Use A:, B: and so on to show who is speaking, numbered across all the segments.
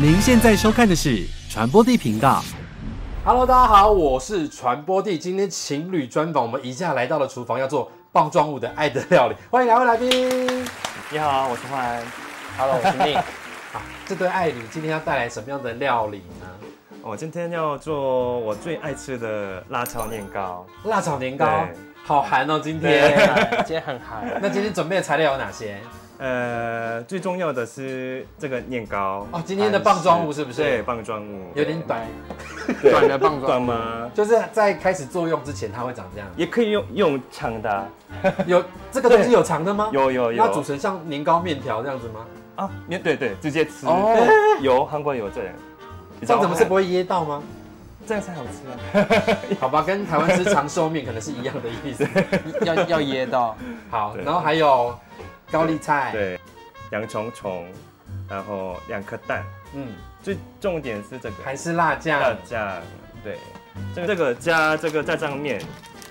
A: 您现在收看的是传播地频道。
B: Hello，大家好，我是传播帝。今天情侣专访，我们一下来到了厨房，要做棒状物的爱的料理。 欢迎两位来宾。
C: 你好，我是焕安。Hello，我是 Nick。
B: 好，这对爱侣今天要带来什么样的料理呢？
C: 我今天要做我最爱吃的辣炒年糕。
B: 辣炒年糕
C: 对，
B: 好寒哦，今天。
D: 对，今天很寒。
B: 那今天准备的材料有哪些？
C: 呃，最重要的是这个年糕哎
B: 哦今天的棒状物是不是
C: 对，棒状物
B: 有点短，
D: 短的棒
C: 短
D: 状，
C: 吗？
B: 就是在开始作用之前，它会长这样。
C: 也可以用用长的啊，
B: 有这个东西有长的吗？。
C: 有有有。
B: 那煮成像年糕面条这样子吗？
C: 啊，面对对，直接吃。
D: 哦
C: 有韩国有这样，
B: 这样子不是不会噎到吗？
C: 这样才好
B: 哎
C: 吃啊？
B: 好吧，跟台湾吃长寿面可能是一样的意 思。
D: 要要噎到。
B: 好，
C: 对
B: 然后还有高丽菜，，
C: 对，洋葱虫，然后两颗蛋，
B: 嗯，
C: 最重点是这个
B: 韩式辣
C: 辣
B: 酱，
C: 酱，对，这个这个加这个炸酱面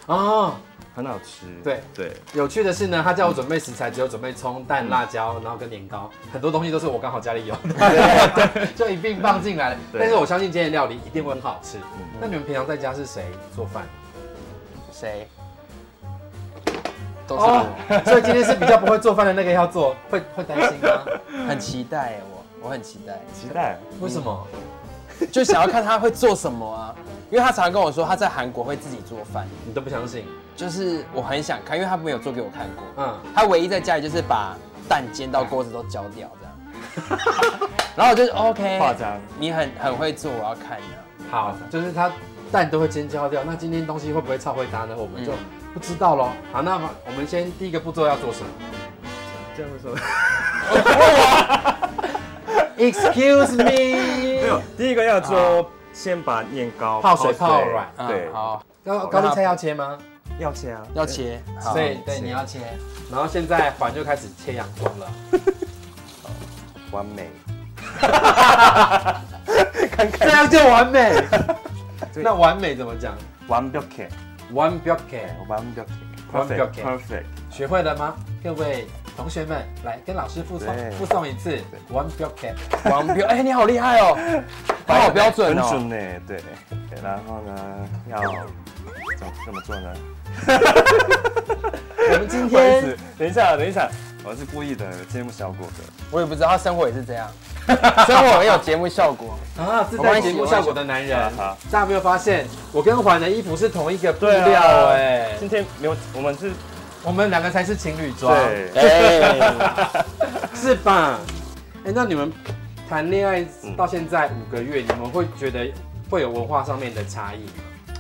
B: 哦，
C: 很好吃。
B: 对
C: 对，
B: 有趣的是呢，他叫我准备食材，只有准备葱、蛋、辣椒，然后跟年糕，很多东西都是我刚好家里有， 就一并放进来了。
C: 对
B: 但是我相信今天的料理一定会很好吃。
C: 嗯
B: 那你们平常在家是谁做饭？
D: 谁？都是
B: 哦
D: 我，，
B: 所以今天是比较不会做饭的那个要做，会会担心吗？
C: 嗯
D: 很期待耶我，我很期待，
C: 期待。
B: 为什么？
D: 就想要看他会做什么啊。因为他常跟我说他在韩国会自己做饭，
B: 你都不相信？
D: 就是我很想看，因为他没有做给我看过。
B: 嗯，
D: 他唯一在家里就是把蛋煎到锅子都焦掉这样。然后我就 OK，
C: 夸张
D: 你很很会做，我要看你、啊。
B: 好，就是他蛋都会先焦掉，那今天东西会不会超会搭呢？我们就
D: 嗯
B: 不知道喽。好，那么我们先第一个步骤要做什么？
C: 这样说。
B: Excuse
C: 没有
B: me。，
C: 第一个要做，先把年糕
B: 泡水泡软
D: 嗯
C: 对，
D: 好，
B: 高高丽菜要切吗？
C: 要切啊，
D: 要切，好
B: 所以
D: 对，
C: 是
D: 你要切。
B: 然后现在环就开始切洋葱了。
C: 完美。
B: 看看这样就完美。
C: 对
B: 那完美怎么讲
C: 完不要切，
B: ？One b u c k e
C: 完不要切
B: 완벽해
C: perfect，perfect，
B: 学会了吗？各位同学们，来跟老师附送
C: 对
B: 附送一次 One b u c k e
D: 王彪，哎、你好厉害哦，他好标准
C: 很
D: 哦。
C: 准呢，对。然后呢，要怎么怎么做呢？
B: 我们今
C: 不好意
B: 天
C: 思，等一下，等一下，我是故意的，节目效果的。
D: 我也不知道他生活也是 这样，生活很有节目效果。
B: 啊，自
D: 我帮
B: 带
D: 你
B: 节目
D: 洗
B: 效果的男人
C: 好好，
B: 大家有没有发现我跟环的衣服是同一个布
C: 对
B: 料
C: 啊
B: 哎？
C: 今天没有，我们是
B: 我们两个才是情侣装，
C: 对，
D: 哎、
B: 是吧？哎，那你们谈恋爱到现在五个月，你们会觉得会有文化上面的差异吗？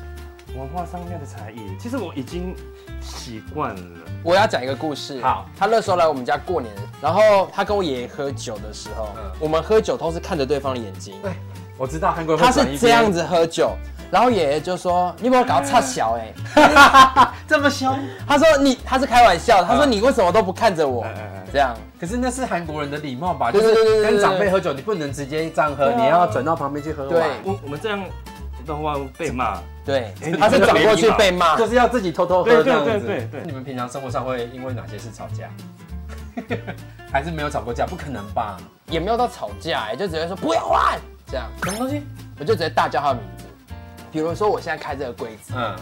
C: 文化上面的差异，其实我已经习惯了。
D: 我要讲一个故事。
B: 好，
D: 他那时候来我们家过年，然后他跟我爷爷喝酒的时候，
B: 嗯
D: 我们喝酒都是看着对方的眼睛，
C: 嗯
B: 对，我知道韩国人
D: 他
B: 会转
D: 是
B: 一边
D: 这样，子喝酒，然后爷爷就说：“你有没有搞差小、欸？”哎，
B: 这么凶。
D: 他说你他是开玩笑，他说你为什么都不看着我
C: 嗯嗯嗯？
D: 这样，
B: 可是那是韩国人的礼貌吧？就
D: 对对对
B: 是
D: 对对啊
B: 跟长辈喝酒，你不能直接这样喝，你要转到旁边去喝
D: 对
B: 完，
C: 我我们这样的话被骂，
D: 对
C: 哎你，
D: 他是
C: 真的
D: 转
C: 没
D: 过
C: 礼
D: 去
C: 貌
D: 被骂
B: 就。是要自己偷偷喝
C: 对对
B: 这样子。
C: 对对对
B: 你们平常生活上会因为哪些事吵架？ 还是没有吵过架？不可能吧？
D: 也没有到吵架、哎，就直接说不要玩，这样
B: 什么东西？
D: 我就直接大叫他的名字。比如说我现在开这个柜子，
B: 嗯，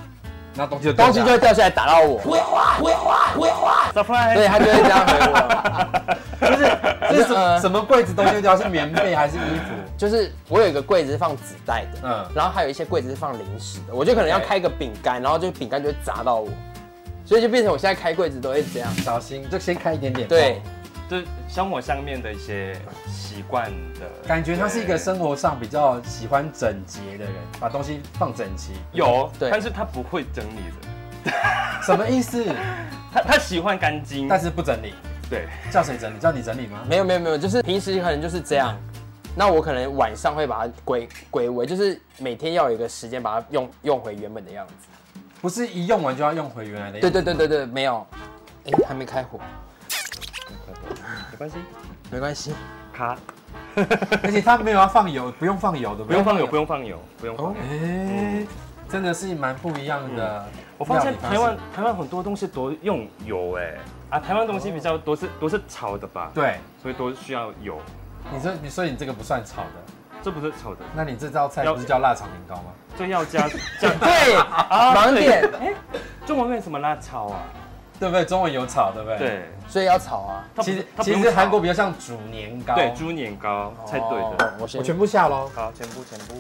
B: 那东西就
D: 东西就会掉下来打到我，不要玩，不要玩，不要玩，所以
C: surprise，
D: 他就会这样回我。
B: 就是这是 什么
D: 呃
B: 什么柜子东西掉？是棉被还是衣服？
D: 就是我有一个柜子是放纸袋的，
B: 嗯
D: 嗯，哎然后还有一些柜子是放零食的，我就可能要开一个饼干，然后就饼干就会砸到我，所以就变成我现在开柜子都会这样。
B: 小心，就先开一点点。哦
D: 对，
C: 就是生活上面的一些习惯的
B: 感觉他是一个生活上比较喜欢整洁的人，把东西放整齐，
C: 有，
D: 对
C: 但是他不会整理的，
B: 什么意 思？
C: 他他喜欢干净，
B: 但是不整理，
C: 对，
B: 叫谁整理？叫你整理吗？
D: 没有没有没有，就是平时可能就是这样，那我可能晚上会把它归归位，就是每天要有一个时间把它用用回原本的样子。
B: 不是一用完就要用回原来的。
D: 对对对对对，没有，哎、还没开火，
C: 没关系，
D: 没关系。
C: 卡
B: 而且他没有要放油，不用放油的，
C: 不用放油，不用放油，不用放油。嗯
B: 哎，真的是蛮不一样的。
C: 我发现台湾台湾很多东西都用油哎，啊，台湾东西比较多是都是炒的吧，，
B: 对，
C: 所以都需要油，
B: 你说你说你这个不算炒的，
C: 这不是炒的，
B: 那你这道菜不是叫辣炒年糕吗？
C: 这 要加酱。
D: 对，
C: 啊
D: 盲点，
C: 对哎，中文为什么辣炒啊？
B: 对不对？中文有炒，对不对？。
C: 对，
D: 所以要炒啊。
C: 它不
B: 其实
C: 它不
B: 其
C: 用
B: 实
C: 炒
B: 韩国比较像煮年糕，
C: 对猪年糕才对的。
D: 哦我先
B: 我全部下喽。
C: 好，全部全部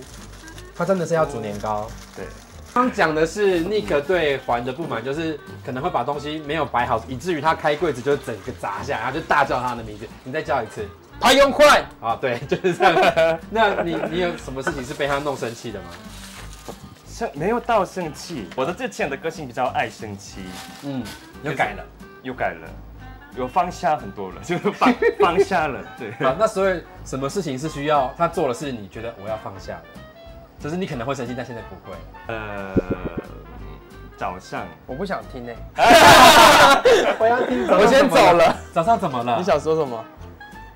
B: 他真的是要煮年糕。
C: 对。
B: 刚讲的是 Nick 对环的不满，就是可能会把东西没有摆好，以至于他开柜子就整个砸下，然后就大叫他的名字。你再叫一次
D: 拍用快，
B: 啊，对，就是这 样。那你你有什么事情是被他弄生气的吗？
C: 生没有到生气，我的之前的个性比较爱生气，
B: 嗯，有改了。
C: 又改了，有放下很多了，就是 放放下了，对。
B: 好，那所以什么事情是需要他做的是你觉得我要放下的？就是你可能会生气，但现在不会。
C: 呃，早上
D: 我不想 听呢。欸
B: 我要听。
D: 我先走了。
B: 早上怎么了？
D: 你想说什么？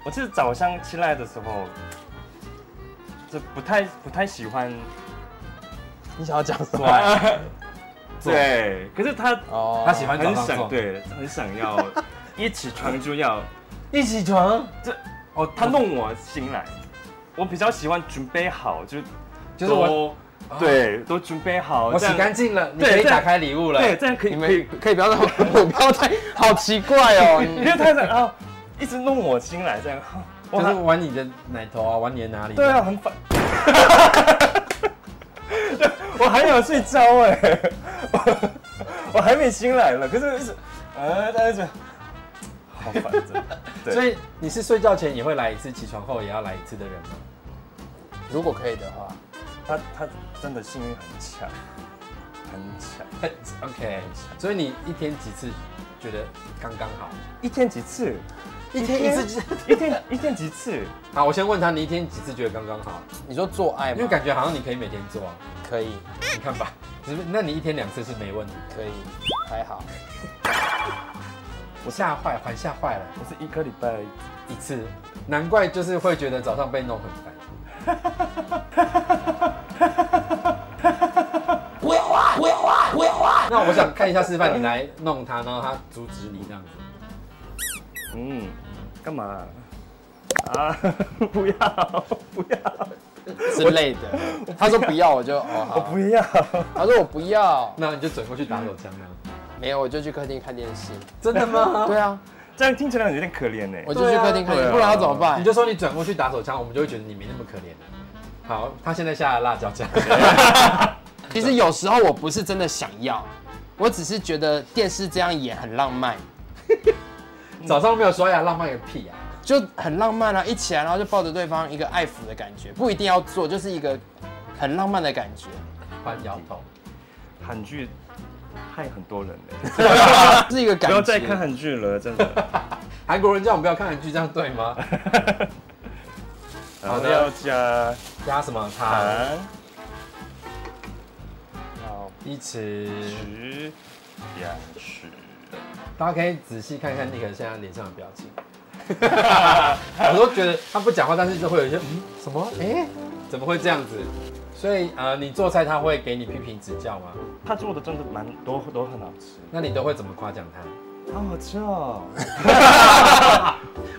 C: 我记得早上起来的时候，就不太不太喜欢
D: 你想要讲什么？
B: 哇做
C: 对，可是他
D: 哦
B: 他喜欢早
C: 很
B: 上做
C: 想。对，很想 要一起床就要
B: 一起床，
C: 这
B: 哦，
C: 他弄我醒来，我比较喜欢准备好，就
B: 就是我，啊
C: 都对都准备好，
B: 我洗
C: 这样
B: 干净了，你
C: 对
B: 可以
C: 这
B: 打
C: 样
B: 开礼物了。
C: 对，这样可以
D: 你
C: 可以
D: 们可以不要让我不要太好奇怪哦。
C: 因 为他在啊，一直弄我进来这样，我
B: 就是
C: 很
B: 玩你的奶头啊，玩你的哪里？
C: 对啊，，很烦。 我还想睡觉哎、我 我还没醒来了，可是一直呃，他一直好烦，真的。对
B: 所以你是睡觉前也会来一次，起床后也要来一次的人吗？
D: 如果可以的话，
C: 他他真的性欲很强，很强，
B: OK，所以你一天几次觉得刚刚好？
C: 一天几次？
B: 一天一次。
C: 一天一天几次？
B: 好，我先问他，你一天几次觉得刚刚好？
D: 你说做爱
B: 因为
D: 吗？
B: 感觉好像你可以每天做啊。
D: 可以，
B: 你看吧， 是不是？那你一天两次是没问题。
D: 可以，还好。
B: 我吓坏，还吓坏了
C: 我是一个礼拜
B: 一次，难怪就是会觉得早上被弄很烦。
D: 不要画，不要画，不要画。
B: 那我想看一下示范，你来弄他，然后他阻止你这样子。
C: 嗯，干嘛？啊， 不要不要，
D: 之类的，他说不要，我就
B: 啊
D: 哦
C: 我
D: 好，
C: 不要。
D: 他说我不要，
B: 那你就转过去打手枪啊！
D: 没有，我就去客厅看电视。
B: 真的吗？
D: 对啊，
C: 这样听起来有点可怜呢。
D: 我就去客厅看电
C: 对
D: 视，
C: 啊
D: 不然要怎么办
B: 你？就说你转过去打手枪，我们就会觉得你没那么可怜了好，他现在下了辣椒 酱，
D: 其实有时候我不是真的想要，我只是觉得电视这样演很浪漫，
B: 早上没有刷牙，浪漫个屁啊！
D: 就很浪漫啊！一起来，然后就抱着对方，一个爱抚的感觉，不一定要做，就是一个很浪漫的感 觉。
B: 换摇头，
C: 韩剧害很多人呢，
D: 是一个感
C: 不
D: 觉。
C: 要再看韩剧了，真的。
B: 韩国人叫我们不要看韩剧，这样对吗？
C: 然
B: 好
C: 后
B: 的
C: 要加
B: 加什么糖？
C: 糖，要
B: 一匙。
C: 匙，两匙。
B: 大家可以仔细看看 Nick 现在脸上的表 情。我都觉得他不讲话，但是就会有一些嗯什么哎、怎么会这样子？所以呃，你做菜他会给你批评指教吗？
C: 他做的真的蛮多都很好吃，
B: 那你都会怎么夸奖他？
C: 好 好吃哦，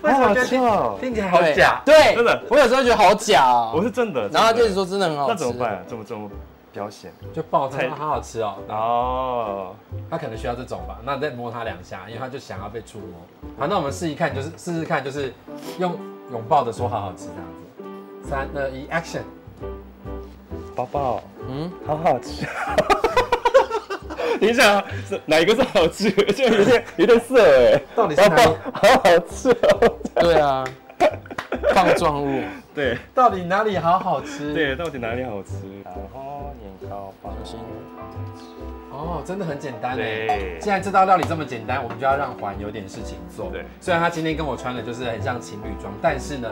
B: 为
C: 好
B: 什么
C: 好
B: 觉得
C: 吃哦，
B: 听起来好
D: 对
B: 假。
D: 对，
C: 真的
D: 我有时候觉得好假哦。
C: 我是真的。
D: 然后他就
C: 真
D: 是
C: 的
D: 说嗯真的很好吃。
C: 那怎么办？啊？怎么怎么表现？
B: 就抱他，
C: 菜
B: 好好吃哦。然后
C: 哦，
B: 他可能需要这种吧，那你再摸他两下，因为他就想要被触摸。好，那我们试一看，就是试试看，就是用拥抱的说好好吃这样子。三二一，Action！
C: 宝宝，
D: 嗯
C: 嗯，好好 吃。你想哪一啊个是好吃？ 就有点有点涩哎。
B: 到底是哪
C: 宝宝
B: 里？，
C: 好好 吃哦。
D: 对 啊，棒状物。
C: 对
B: 到底哪里好好吃？，
C: 对，到底哪里好吃？然后年糕包
D: 小心
B: 哦，真的很简单哎
C: 对。
B: 既然这道料理这么简单，我们就要让环有点事情做。
C: 对
B: 虽然他今天跟我穿的就是很像情侣装，但是呢，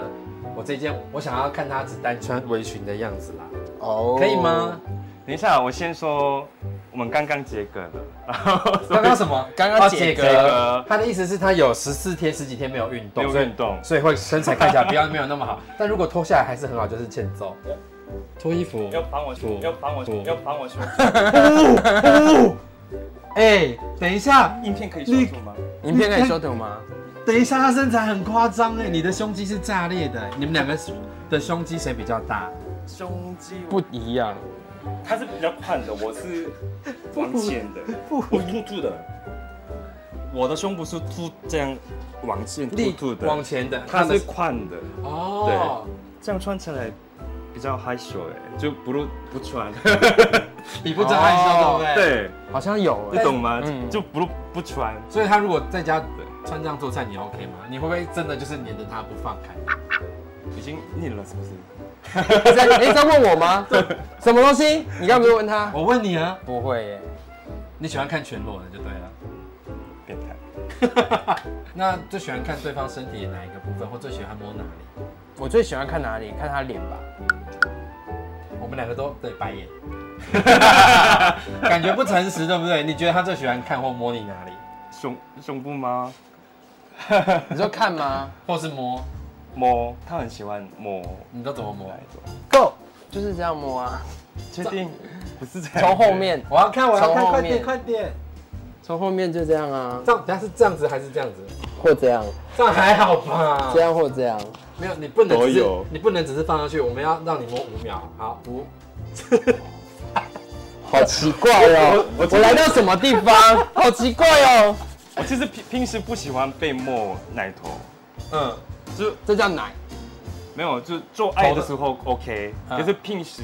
B: 我这件我想要看他只单穿围裙的样子啦，
D: 哦，
B: 可以吗？？
C: 等一下，我先说，我们刚刚结梗了，然后
B: 刚刚什么？
D: 刚刚
B: 哦
D: 解
B: 解
D: 隔
B: 隔。他的意思是，他有十四天、十几天没有运
C: 没
B: 动，
C: 有
B: 所以
C: 运动，
B: 所以会身材看起来比较没有那么好。 但如果脱下来还是很好，就是欠揍。脱衣服，
C: 帮我
B: 说要
C: 帮我
B: 说要
C: 帮 我说，
B: 哎、等一下，哎
C: 影片可以修图吗？
D: 影片可以修图吗？
B: 等一下，他身材很夸张哎，你的胸肌是炸裂的欸，你们两个的胸肌谁比较大？
C: 胸肌
D: 不一样，
C: 他是比较胖的，我是 往前的，我突突的。我的胸部是突这样往前突突的，
B: 往前的，
C: 它是宽的，
B: 哦，
C: 这样穿起来比较害羞哎，就不如不穿。
B: 你不知道害羞对不对？。
C: 哦对，
D: 好像有
C: 你
D: 哎、
C: 懂吗？
D: 嗯
C: 就不如不穿。
B: 所以他如果在家穿这样做菜，你 OK 吗？你会不会真的就是黏着他不放开？
C: 已经腻了是不是？
D: 你在你在问我吗？什么东西？你刚不是问他？
B: 我问你啊，
D: 不会耶、
B: 你喜欢看全裸的就对了。
C: 变态。
B: 那最喜欢看对方身体的哪一个部分，或最喜欢摸哪里？
D: 我最喜欢看哪里？看他脸吧。
B: 我们两个都对白眼，感觉不诚实，对不对？你觉得他最喜欢看或摸你哪里，
C: 胸胸部吗？
D: 你说看吗
B: 或是摸？
C: 摸，他很喜欢摸
B: 你都怎么摸
C: 那？一种。
D: ？Go，就是这样摸啊，
C: 确定？不是这样。
D: 从后。面，
B: 我要看，我要看，
D: 从后
B: 快
D: 面
B: 点，快点！
D: 从后面就这样啊，
B: 这样，等下是这样子还是这样子？
D: 或这样，
B: 这样还好吧
D: 这？样或这样。
B: 没有，你不能只
C: 都
B: 是
C: 有
B: 你不能只是放上去，我们要让你摸五秒。好，五。
D: 好奇怪哦！
C: 我
D: 我来到什么地方？好奇怪哦！
C: 我其实平平时不喜欢被摸奶头，
B: 嗯，
C: 就
D: 这叫奶，
C: 没有就做爱的时候 OK，
B: 嗯
C: 可是平时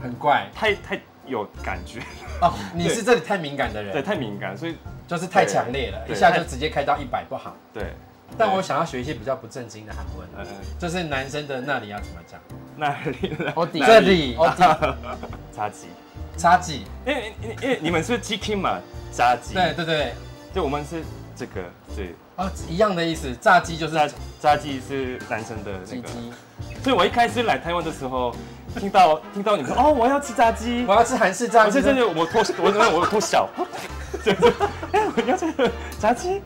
B: 很怪
C: 太太有感觉，
B: 哦。你是这里太敏感的
C: 对，
B: 人，
C: 太敏感，所以
B: 就是太强烈了，一
C: 对
B: 下就
C: 太
B: 直接开到一百不好。
C: 对，
B: 但我想要学一些比较不正经的韩文，
C: 呃
B: 就是男生的那里要怎么讲？
C: 那里呢
D: 我底
B: 这里
D: 我底，
C: 炸鸡，
B: 差几？
C: 因为因为因为你们是 chicken 嘛，炸鸡，
B: 对，对对，
C: 就我们是这个对，
B: 啊，一样的意思。炸鸡就是
C: 炸炸鸡是男生的那
D: 鸡
C: 个，
D: 鸡，
C: 所以我一开始来台湾的时候，听到听到你们说哦我要吃炸鸡
B: 我，要吃韩式炸
C: 我
B: 鸡
C: 是，真的，我脱我我脱小，就是哎，我要吃炸鸡，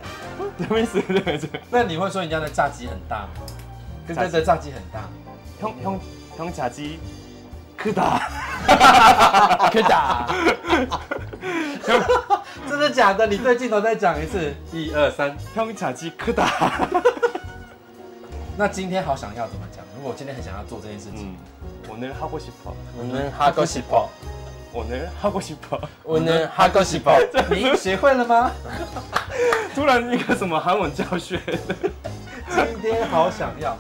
C: 什么意思？对对对，
B: 那你会说人家的炸鸡很大吗？跟真的炸鸡很大吗，
C: 형형형炸鸡 크다
D: 可以打。
B: 真的假的？你对镜头再讲一次，呃一二三。
C: 형炸鸡 크다
B: 那今天好想要怎么讲？如果我今天很想要做这件事情，
C: 음 오늘 하고 싶어
D: 我能哈狗喜 宝，
C: 오늘 하고 싶어
D: 我能哈狗喜宝。
B: 您学会了吗？
C: 뭐 突然一个什么韩文教学
B: 今天好想要。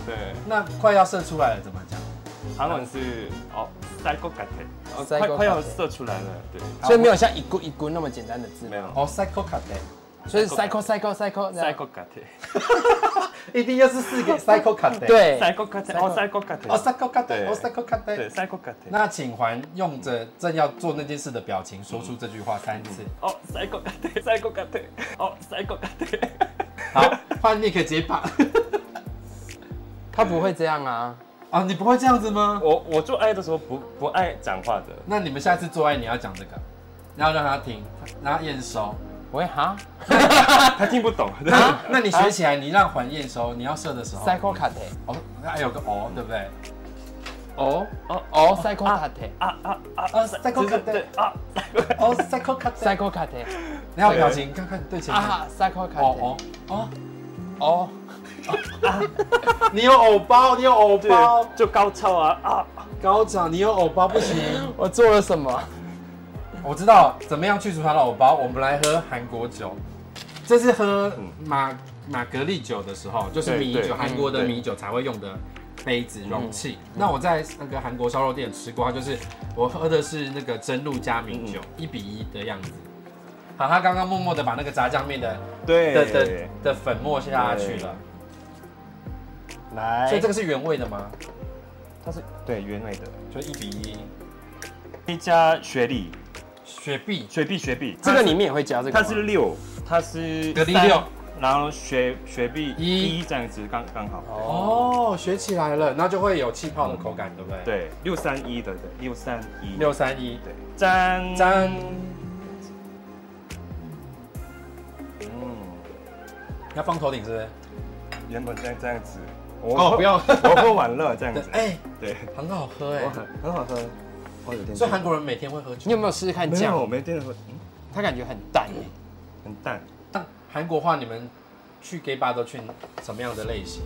B: 那快要射出来了怎么讲？
C: 어,对韩文是哦쌀것 같아 어,
D: 쌀것 같아。
C: 快快要射出来了对没有
D: 所以没有像一咕一咕那么简单的字，
B: 哦，psycho c a t
D: 所以 cycle cycle cycle 这样
C: 쌀것 같아
B: 一定又是四个 psycho c a t
D: 对
C: 쌀것 같아 어 쌀것
B: 哦
C: 같아
B: ，psycho c a t
C: 对
B: 哦，psycho c a t
C: 네 쌀것 같아
B: 那请还用着正要做那件事的表情说出这句话三次。
C: 어 쌀것 같아 쌀것 같아 어 쌀것 같아
B: 好， 换 Nick 解绑。
D: 他不会这样啊。
B: 啊，你不会这样子吗？
C: 我我做爱的时候不不爱讲话的，
B: 那你们下次做爱你要讲这个，然后让他听，让他验 收。
D: 我会哈
C: 他听不懂。
B: 那那你学起来，你让还验收，你要射的时候，
D: cycle cut
B: 哦，那还有个哦，对不对？
D: 哦
C: 哦
D: 哦 cycle cut
C: 啊啊啊
B: 啊，psycho
C: 就是
B: cut
C: 对啊，
B: 哦，psycho cut，
D: cycle cut
B: 你要表情看看对前
D: 啊
B: 面。
D: 哈 cycle
B: 哦
D: cut
B: 哦
D: 哦，
B: 哦， 你有偶包，你有偶
C: 啊对
B: 包，，
C: 就高超啊啊啊！
B: 高长你有偶包不行。
D: 我做了什么？
B: 我知道怎么样去除他的偶包，我们来喝韩国酒。这是喝马马格利酒的时候，就是
C: 嗯对
B: 米
C: 对
B: 酒，韩国的
C: 嗯对
B: 米酒才会用的杯子容器。
C: 嗯
B: 那我在那个韩国烧肉店吃过，它就是我喝的是那个真露加米
C: 嗯
B: 酒，一比一的样子。好，他刚刚默默的把那个炸酱面的
C: 对
B: 的的的粉末下去了，
C: 来
B: 所以这个是原味的吗？
C: 它是对原味的，
B: 就一比一，
C: 可以加雪梨，
B: 雪碧
C: 雪碧雪碧，
D: 这个你们也会加这个
C: 它
D: 吗？
C: 是六，它是
B: 格力
C: 三
B: 六，
C: 然后雪雪碧
B: 一
C: 一这样子刚刚好。
B: 哦，学起来了，那就会有气泡的口感，对不对？，
C: 对，六三一的对，六三一
B: 六三一，
C: 对，沾
B: 沾，
C: 嗯，
B: 要放头顶是不是？
C: 原本这样这样子，
B: 哦，不
C: 要，
B: 要，
C: 我喝完了这样
B: 对
C: 子，，
B: 哎，
C: 对。
B: 很好喝哎
C: 嗯我，很很好喝，我有点
B: 所以韩国人每天会喝酒
D: 你。有没有试试看
C: 没有，
D: 酱？
C: 我没有喝，嗯，
D: 欸它感觉很淡耶
C: 很淡，
B: 但韩国话你们去 gay bar 都去什么样的类型？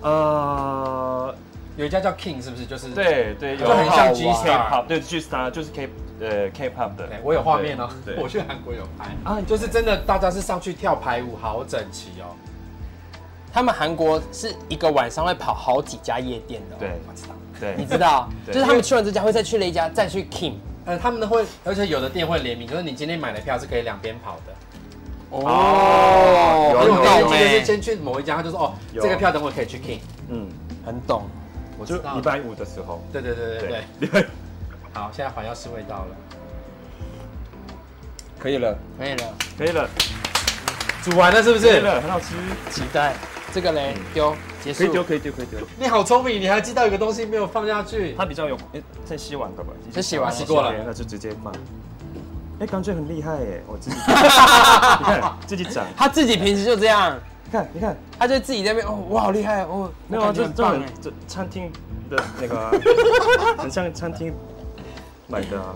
C: 呃，
B: 有一家叫 King 是不是？就是，
C: 对对，
B: 就很像 G Star。
C: K-pop，对 G Star 就是 K 呃 K-pop 的
B: 对，，我有画面哦
C: 对，对
B: 我去韩国有拍
C: 啊
B: 啊，就是真的，大家是上去跳排舞，好整齐哦。
D: 他们韩国是一个晚上会跑好几家夜店的、哦，
C: 对
B: 我知道。
D: 你
C: 对
D: 知道，
C: 对
D: 就是他们去完这家会再去了一家，再去 Kim，
B: 呃，他们会，而且有的店会联名，就是你今天买的票是可以两边跑的。
C: 哦有
B: 因为我
D: 很
B: 看
D: 懂
B: 就
D: 哎、
B: 是先去某一家，他就说哦，
C: 有
B: 这个票等我可以去 King。
C: 嗯，
D: 很懂。
B: 我
C: 就
B: 知道
C: 礼。拜五的时候，
B: 对对对对对。
C: 对，
B: 好，现在环药师味道了，
C: 可以了，
D: 可以了，
C: 可以了，
B: 煮完了是不
C: 可以
B: 是？
C: 了，很好吃，
D: 期待这个嘞丢结
C: 嗯可以
D: 束
C: 丢，，可以丢，可以丢，
B: 你好聪明，你还记到一个东西没有放下去。
C: 它比较有，诶，在洗碗的吧？已经
D: 这洗完
B: 洗
D: 了
B: 过了
C: 那就直接 买。哎，感觉很厉害耶！我自己，你看自己长，
D: 他自己平时就这样，
C: 你看，你看，
D: 他就自己在那边哦，我好厉害哦，
C: 没有
D: 我
C: 啊，
D: 感觉
C: 这
D: 很
C: 这
D: 棒
C: 很
D: 哎，
C: 这餐厅的那个啊、很像餐厅买的啊，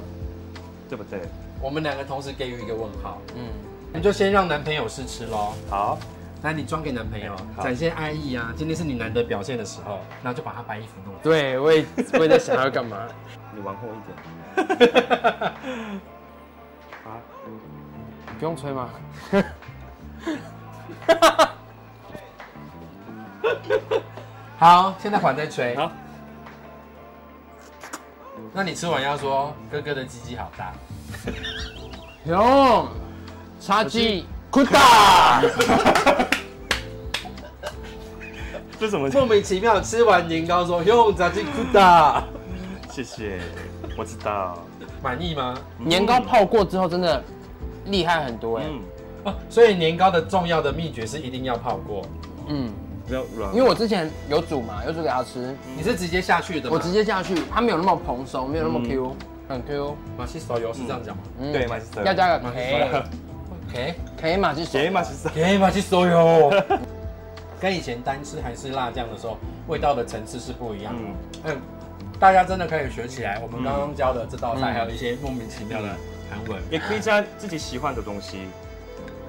C: 对不对？
B: 我们两个同时给予一个问号，
D: 嗯，
B: 你就先让男朋友试吃喽。
C: 好，
B: 来，你装给男朋友，
D: 哎
C: 好
B: 展现爱意啊！今天是你难得表现的时候，然后就把他白衣服弄掉。
D: 对，我也我也在想他要干嘛，
C: 你往后一点。啊，
D: 不用吹吗？
B: 好，现在还在吹。
C: 好，
B: 那你吃完要说哥哥的鸡鸡好大。
D: 用差距，酷大，
C: 这什么？
B: 莫名其妙吃完年糕说用炸鸡裤 大，
C: 谢谢，我知道。
B: 满意吗？
C: 음.
D: 年糕泡过之后真的厉害很多哎，
C: 嗯，
B: 哦，所以年糕的重要的秘诀是一定要泡过。
D: 嗯，
C: 不要软，
D: 因为我之前有煮嘛，有煮给他吃，
B: 你是直接下去的吗？
D: 我直接下去，它没有那么蓬松，没有那么
C: 嗯
D: Q，很 Q，
B: 马西手哦游是这样讲吗？
D: 嗯
C: 对马西手游
D: 要加个
B: 马西
D: K，嗯
B: OK，
D: K 嘛是
C: 给
D: 谁？
C: 嘛其实
B: 给马西手游。跟以前单吃还是辣酱的时候，味道的层次是不一样的。
C: 嗯，
B: 嗯，大家真的可以学起来。我们刚刚教的这道菜，还有一些莫名其妙的韩文
C: 也可以加自己喜欢的东西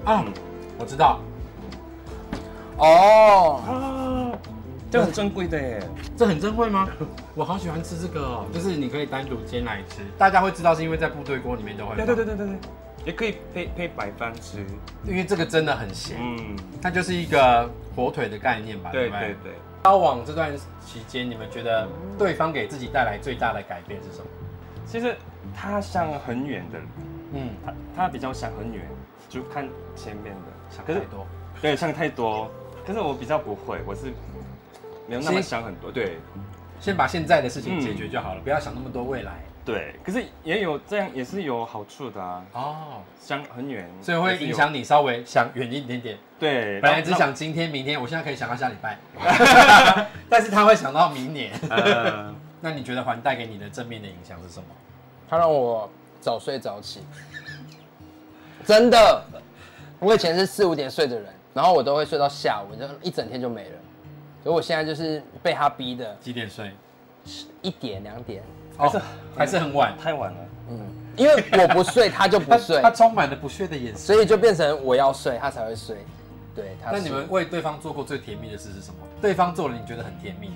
B: 啊，
C: 嗯
B: 我知道，
D: 哦，
C: 啊，这很珍贵的耶。
B: 这很珍贵吗？我好喜欢吃这个哦，就是你可以单独煎来吃，大家会知道是因为在部队锅里面都会。
C: 对对对，对对对，也可以配配白饭吃。
B: 因为这个真的很咸，
C: 嗯，
B: 它就是一个火腿的概念吧，对
C: 对
B: 不
C: 对
B: 对？
C: 对。
B: 交往这段期间，你们觉得对方给自己带来最大的改变是什么？
C: 其实他想很远的，
B: 嗯，
C: 他他比较想很远，就看前面的。
B: 想
C: 可
B: 太
C: 是
B: 多。
C: 对想太多，可是我比较不会，我是没有那么
B: 先
C: 想很多。对
B: 嗯先把现在的事情解决就好了，不要想那么多未来。
C: 对，可是也有这样也是有好处的啊，
B: 哦，
C: 想很远，
B: 所以会影
C: 也是有。
B: 响你稍微想远一点点。
C: 对，
B: 本来只
C: 哎那
B: 想今天、明天，我现在可以想到下礼拜，但是他会想到明年。
C: 那呃，
B: 那你觉得还带给你的正面的影响是什么？
D: 他让我早睡早起，真的，我以前是四五点睡的人，然后我都会睡到下午，就一整天就没了。所以我现在就是被他逼的，
B: 几点睡？
D: 一点两点，
B: 还是、还是很晚。
C: 太晚了，
D: 嗯，因为我不睡，他就不
B: 他
D: 睡
B: 他，充满了不屑的眼神。
D: 所以就变成我要睡，他才会睡。对，他
B: 那
D: 是
B: 你们为对方做过最甜蜜的事是什么？对方做了你觉得很甜蜜的，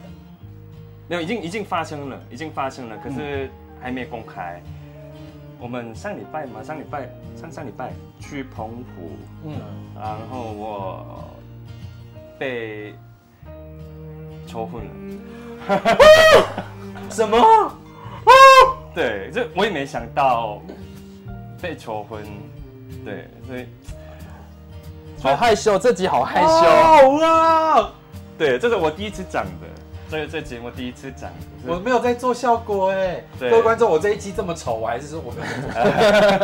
C: 没有，已经已经发生了，已经发生了，可是还没公开。我们上礼拜嘛，上礼拜上上礼拜去澎湖，
B: 嗯，
C: 啊然后我被求婚了。
B: 什么？
C: 对，这我也没想到被求婚。对，所以
D: 好害羞，这集好害羞。
B: 哦
C: 啊！对，这是我第一次讲的，所以这节目第一次讲。
B: 我
C: 我
B: 没有在做效果哎，
C: 对
B: 各位观众，我这一期这么丑，我还是说我没有在做效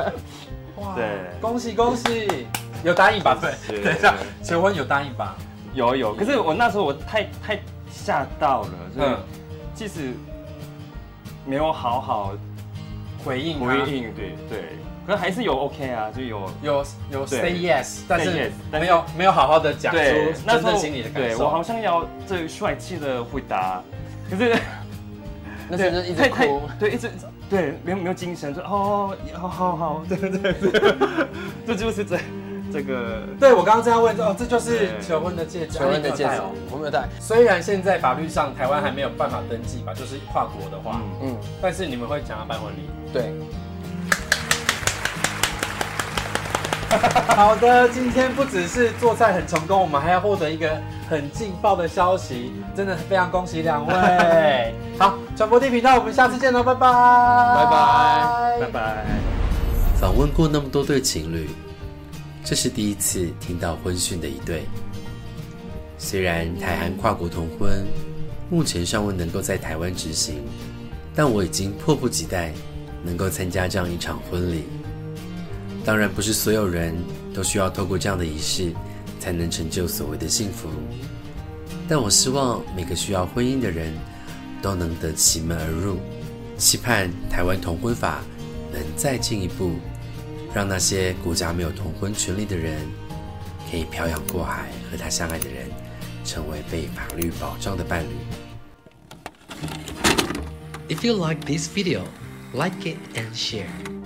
B: 果。哇
C: 对
B: 恭喜恭喜，有答应吧？对，
C: 是
B: 等一下，求婚有答应吧？
C: 有有，可是我那时候我太太吓到了，所以
B: 嗯
C: 即使没有好好
B: 回应
C: 回
B: 啊
C: 应，对对，可是还是有 OK 啊，就有
B: 有有
C: 对
B: say yes，但
C: yes，
B: 是
C: 但是
B: 没有没有好好的讲出
C: 对，那
B: 真
C: 时候
B: 正心里的感
C: 对
B: 受。
C: 我好像要最帅气的回答，可是
D: 那时候就一直
C: 太太
D: 哭，
C: 对，一直哦 对，没有没有精神，就哦，好好好，对对对，这就是这这个
B: 对我刚刚这样问说，哦，这就是
C: 对
B: 求婚的戒指，
D: 求婚的
B: 啊
D: 戒
B: 你
D: 指
B: 没有戴哦，
D: 我没有戴。
B: 虽然现在法律上台湾还没有办法登记吧，就是跨国的话，
C: 嗯，
D: 嗯，
B: 但是你们会想要办婚礼。
D: 对，
B: 好的，今天不只是做菜很成功，我们还要获得一个很劲爆的消息，真的非常恭喜两位。好，传播地频道，我们下次见喽，拜拜，拜
D: 拜
C: 拜拜。
E: 访问过那么多对情侣，这是第一次听到婚讯的一对。虽然台韩跨国同婚目前尚未能够在台湾执行，但我已经迫不及待能够参加这样一场婚礼。当然，不是所有人都需要透过这样的仪式才能成就所谓的幸福，但我希望每个需要婚姻的人都能得其门而入。期盼台湾同婚法能再进一步，让那些国家没有同婚权利的人，可以漂洋过海和他相爱的人，成为被法律保障的伴侣。
F: If you like this video, like it and share.